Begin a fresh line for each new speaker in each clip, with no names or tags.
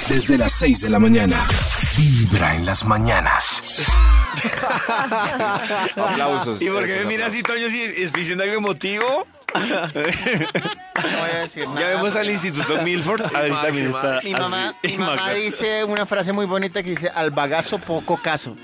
antes de las 6 de la mañana. Vibra en las mañanas.
Aplausos.
¿Y por qué me
Eso,
mira así, Toño, si estoy diciendo algo emotivo?
No voy a decir nada.
Ya vemos al Instituto Milford. A ver si también está
Mi mamá,
así.
mi mamá
Max.
dice una frase muy bonita que dice, al bagazo poco caso.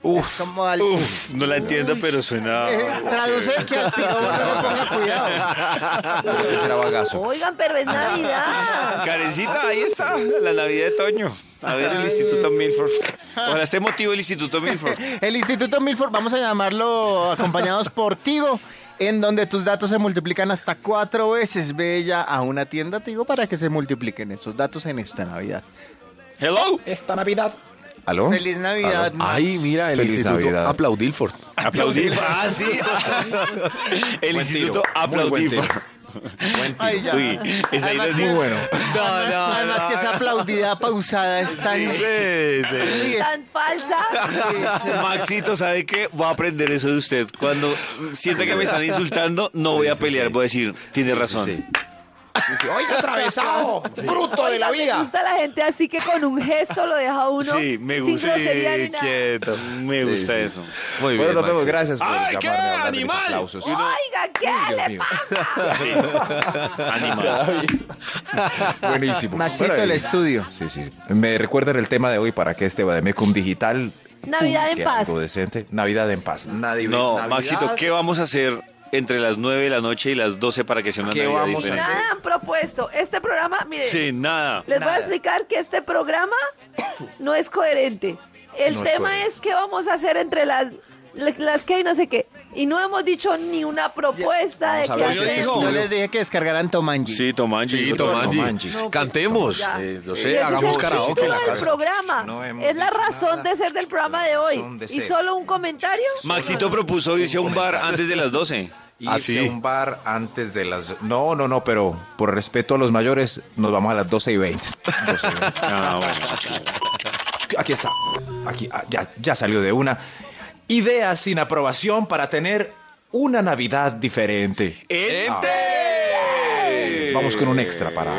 Uf,
Es como al-
uf, Ah, no la entiendo, pero suena...
Eh, Traduce que al pirobo no le ponga cuidado.
Ese era bagazo.
Oigan, pero es Navidad.
Carecita, ahí está, la Navidad de Toño. A ver, el Instituto Milford. Ahora este motivo el Instituto Milford.
El Instituto Milford, vamos a llamarlo acompañados por Tigo, en donde tus datos se multiplican hasta cuatro veces. Ve ya a una tienda Tigo para que se multipliquen esos datos en esta Navidad.
Hello.
Esta Navidad.
¿Aló?
Feliz Navidad. Max.
Ay, mira, el
Feliz
Instituto
Navidad.
Aplaudilford.
Aplaudir. Ah, sí. El
Buen tiro,
Instituto
muy buen
Aplaudir.
tiro. Buen tío.
Ay, ya.
Uy, esa idea
Además
es
que-
muy bueno.
Además, además que esa aplaudida pausada es tan...
Sí, sí.
Sí, es-
Tan falsa.
Maxito, ¿sabe qué? Voy a aprender eso de usted. Cuando sienta que me están insultando, no voy a
sí,
pelear.
sí.
Voy a decir, tiene razón.
Sí.
Oiga, atravesado. Bruto de la
Me
vida.
gusta la gente así que con un gesto lo deja uno
Sí, me
sin
gusta. eh,
grosería ni
Sí,
nada.
quieto.
Me gusta
sí.
eso.
Muy bien.
Bueno, nos vemos.
Maxi.
Gracias por
¡Ay, qué
llamarme a darme mis
animal!
aplausos.
Oiga, ¿qué le pasa?
Sí. Animal.
Buenísimo.
Maxito,
Bueno,
el
y-
estudio.
Sí, sí. sí. Me recuerdan el tema de hoy para que este Bademecum Digital.
Navidad en
publique
paz.
Algo decente. Navidad en paz. Nadie
No,
Navidad.
Maxito, ¿qué vamos a hacer entre las 9 de la noche y las 12 para que sea una
¿Qué
Navidad
vamos a
diferente?
Nada han propuesto. Este programa, mire,
Sí, nada.
les voy a explicar que este programa no es coherente. El
No es
tema
coherente.
es, qué vamos a hacer entre las las que hay no sé qué. Y no hemos dicho ni una propuesta de
Vamos a
qué
ver si
hacer.
este
Yo
estudio-
les dije que descargaran Tomanji.
Sí, Tomanchi.
Sí,
dijo
Tomanji.
Tomanji.
No, pues,
Cantemos.
ya.
eh, no
Y
sé,
ese es
hagamos
el
karaoke en
título
la
del
casa.
programa.
No hemos
es la
dicho
razón
nada.
de ser del programa de hoy.
Razón de
Y
ser.
solo un comentario.
Maxito propuso irse a un bar antes de las 12.
Irse a un bar antes de las. No, no, no, pero por respeto a los mayores, nos vamos a las 12 y 20. 12 y 20.
Ah, bueno.
Aquí está. Aquí, ah, ya, ya salió de una. Ideas sin aprobación para tener una Navidad diferente. Ah.
¡Ente!
Vamos con un extra para.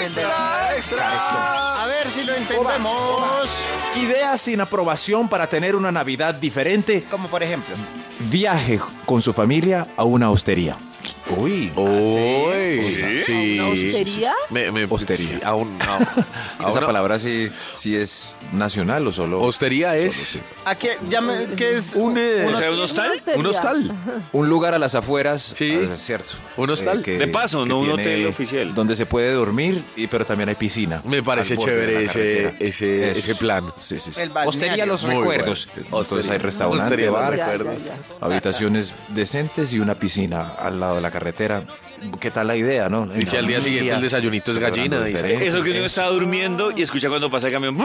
¡Extra, extra!
A ver si lo entendemos.
Ideas sin aprobación para tener una Navidad diferente.
Como por ejemplo.
Viaje con su familia a una hostería.
Uy. Uy.
¿Sí?
Sí.
¿A una hostería?
Me, me,
Hostería.
sí, a un- a un- a
Esa
una-
palabra sí, sí es nacional o solo.
Hostería es
¿A qué, ya me- qué es?
un, eh,
O sea, un hostal.
hostería.
un hostal.
Un lugar a las afueras.
Sí.
ah, Es cierto.
Un hostal.
De paso, no un
tiene-
hotel oficial.
Donde se puede dormir, y, pero también hay piscina.
Me parece
al borde de la
chévere ese-
carretera.
ese-
Eso
ese
sí.
plan.
Sí, sí, sí.
El balneario.
Hostería Los
Muy
Recuerdos.
bueno.
Entonces hay
Hostería.
restaurante,
Hostería Los
bar,
Ya, ya,
recuerdos.
ya.
habitaciones decentes y una piscina al lado de la carretera. ¿Qué tal la idea, no?
Y que al día siguiente el desayunito es
Celebrando
gallina, dice.
diferente.
Eso que uno está durmiendo y escucha cuando pasa el camión.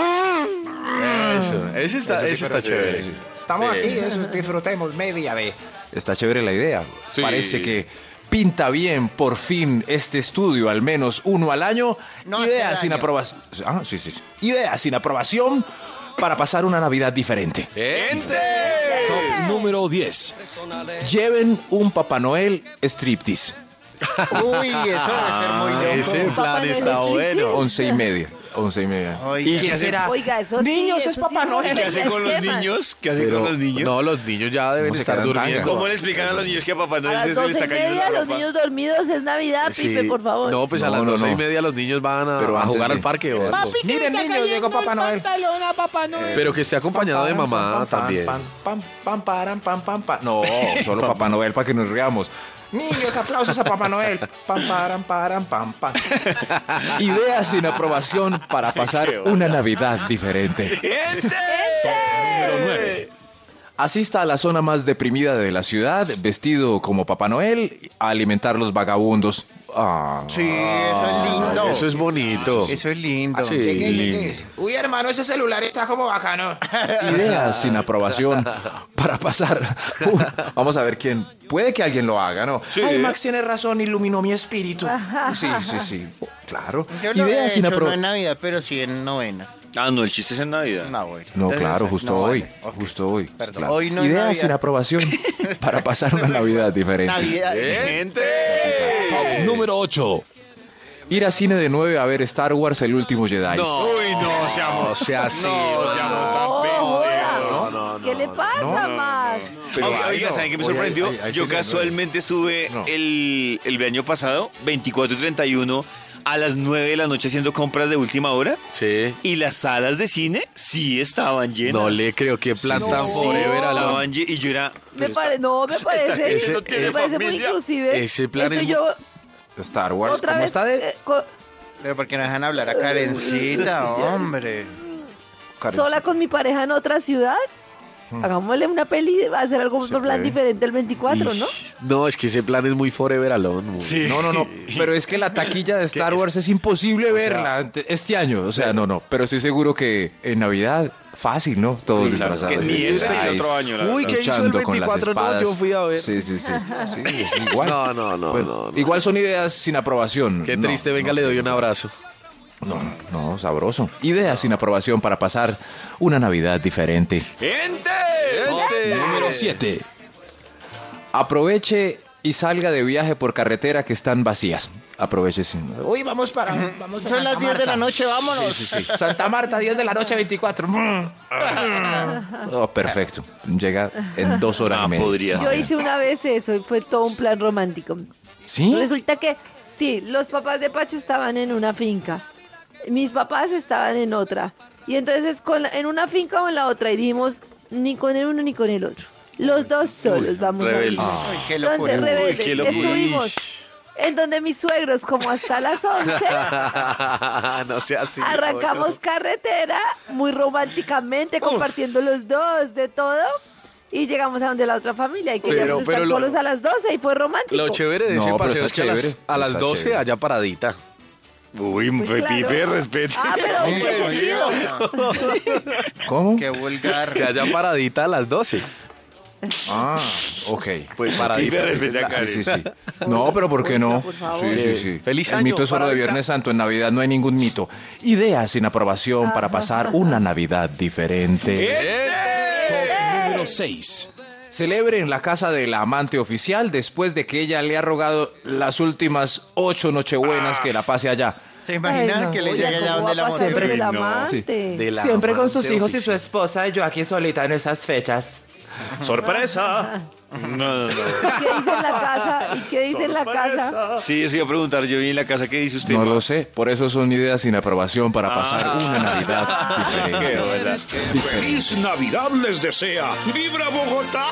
Eso, ese está,
Eso sí,
ese
pero
está
sí,
chévere.
sí, sí.
Estamos
Sí.
aquí, eso disfrutemos media de.
Está chévere la idea.
Sí.
Parece que pinta bien por fin este estudio, al menos uno al año.
No hace
Ideas sin
daño.
aprobación. Ah, sí, sí, sí. Ideas sin aprobación para pasar una Navidad diferente.
Top número 10.
Lleven un Papá Noel striptease.
Uy, eso debe ser muy
Ah,
loco.
ese
Papá
plan
Noel
está
es
bueno.
Once y media. Once y media.
Oiga.
¿Y qué hace-
Oiga, eso
Niños,
sí,
es
eso
Papá
sí
Noel.
¿Qué hace con los
esquemas.
niños? ¿Qué hace con los niños?
No, los niños ya deben
¿Cómo se
estar
quedan tan
durmiendo.
¿Cómo le explican a los niños que a papá
A
Noel se
las
se le
doce
está
y
cayendo la
media, los
ropa?
niños dormidos, es Navidad,
Sí.
Pipe, por favor.
No, pues a
No,
las
no,
doce y
no.
media los niños van a,
Pero
a
antes
jugar
de-
al parque. o algo.
Pues Miren, niños, llegó Papá Noel. Eh,
Pero que esté acompañado de mamá también.
Pam, pam, pam, param, pam, pam, pam. No, solo Papá Noel para que nos riamos. Niños, aplausos a Papá Noel. Pam, param, param, pam, pam. Ideas sin aprobación para pasar una Navidad diferente.
Número 9.
Asista a la zona más deprimida de la ciudad, vestido como Papá Noel, a alimentar los vagabundos. Ah.
Sí, eso es lindo.
Ah, Eso es bonito.
Eso es lindo.
Ah, sí.
Llegué, llegué. Uy, hermano, ese celular está como bacano.
Ideas sin aprobación para pasar. un- vamos a ver quién. Puede que alguien lo haga, ¿no? Ay, Max tiene razón, iluminó mi espíritu. Sí, sí, sí. Claro.
Yo lo
Ideas
he
sin
hecho, no en
aprobación.
Navidad, pero sí en novena.
Ah, no, el chiste es en Navidad.
No, bueno.
No, claro, justo
No,
hoy.
vale, ok.
Justo hoy.
Perdón.
claro.
Hoy no es
Ideas
Navidad.
sin aprobación para
¿Eh?
pasar una Navidad diferente.
Navidad.
Gente.
Top número 8.
Ir a cine de 9 a ver Star Wars, el último Jedi.
Uy, no,
O
seamos.
sea, sí.
No, seamos
No,
tan
joda.
pendejos.
no, no,
¿Qué le
no,
pasa, Max?
Pero
oiga,
ahí
oiga,
no.
¿saben qué me
Oye, ahí-
sorprendió?
ahí- ahí
Yo
sí no,
casualmente estuve
No.
el, el año pasado, 24 y 31, a las 9 de la noche haciendo compras de última hora.
Sí.
Y las salas de cine sí estaban llenas.
No le creo que plan tan
Sí,
forever Alan.
estaban lle- Y yo era...
Me pare- no, me parece,
ese-
me
tiene
parece muy
familia.
inclusive.
Ese plan
Esto
es
yo
Star Wars,
otra
¿cómo
vez
está de
eh, co-
Pero porque no dejan hablar a Karencita, hombre.
Karencita.
sola con mi pareja en otra ciudad. Hagámosle una peli, va a ser algún
Se
plan
puede.
diferente el 24, ¿no?
Ish. No, es que ese plan es muy forever alone. muy-
No, no, no. Pero es que la taquilla de Star Wars es imposible verla ante- este año. O sea, no, no. Pero estoy seguro que en Navidad, fácil, ¿no? Todos
pues, claro,
disfrazados.
que ni
de
este ni
Jedi,
otro año, la
Uy, ¿qué hizo el
luchando con las
24? No, yo
espadas.
fui a ver.
Sí, sí, sí. Sí, es igual.
No, no, no,
Bueno,
no, no.
Igual son ideas sin aprobación.
Qué
No,
triste, venga,
no,
le doy un abrazo.
No, no, sabroso. Ideas sin aprobación para pasar una Navidad diferente.
¡Gente!
Número 7.
Aproveche y salga de viaje por carretera que están vacías. Aproveche sin...
Uy, vamos para. Vamos para
Son las 10 de la noche, vámonos.
Santa Marta, 10 de la noche, 24.
Oh, perfecto. Llega en dos horas
Ah,
y media.
podría
No.
Yo hice una vez eso y fue todo un plan romántico.
¿Sí?
Resulta que, sí, los papás de Pacho estaban en una finca. Mis papás estaban en otra. Y entonces con la- en una finca o en la otra y dijimos, ni con el uno ni con el otro. Los dos solos vamos a
rebeldes.
vivir.
Ay, qué locura.
Entonces, rebeldes,
Uy, qué locura.
estuvimos en donde mis suegros, como hasta las 11,
no sea así.
arrancamos carretera muy románticamente, compartiendo los dos de todo. Y llegamos a donde la otra familia y queríamos
Pero-
estar
pero lo-
solos a las 12 y fue romántico.
Lo chévere de
No,
ese
pero está
paseo es que a las,
chévere,
a las
está
12
chévere.
allá paradita.
Uy,
Pues claro.
Pipe, respete.
Ah, pero ¿en qué sentido?
¿Cómo?
Qué vulgar.
Que allá paradita a las 12.
Ah, ok.
Pues paradita.
Pipe, respete a
Sí,
Karen.
sí, sí. No, pero ¿por qué no?
Por favor.
Sí, sí, sí.
Feliz
El
año,
mito es solo de
paradita.
Viernes Santo. En Navidad no hay ningún mito. Ideas sin aprobación para pasar una Navidad diferente.
Número 6.
Celebre en la casa de la amante oficial después de que ella le ha rogado las últimas ocho nochebuenas que la pase allá.
¿Se imaginan
Ay, no.
que le
Oiga,
llegue allá
¿cómo
donde
va
la
a pasar
amante?
el
no.
amante?
De la amante oficial.
esposa y yo aquí solita en esas fechas.
¡Sorpresa! No, no, no.
¿Y qué dice en la casa? ¿Y qué dice en la casa?
Sí, eso iba a preguntar. Yo vi en la casa, ¿qué dice usted?
No
ma?
lo sé, por eso son ideas sin aprobación para pasar
Ah.
una Navidad
Qué
diferente.
hola.
Feliz Navidad les desea. Vibra Bogotá.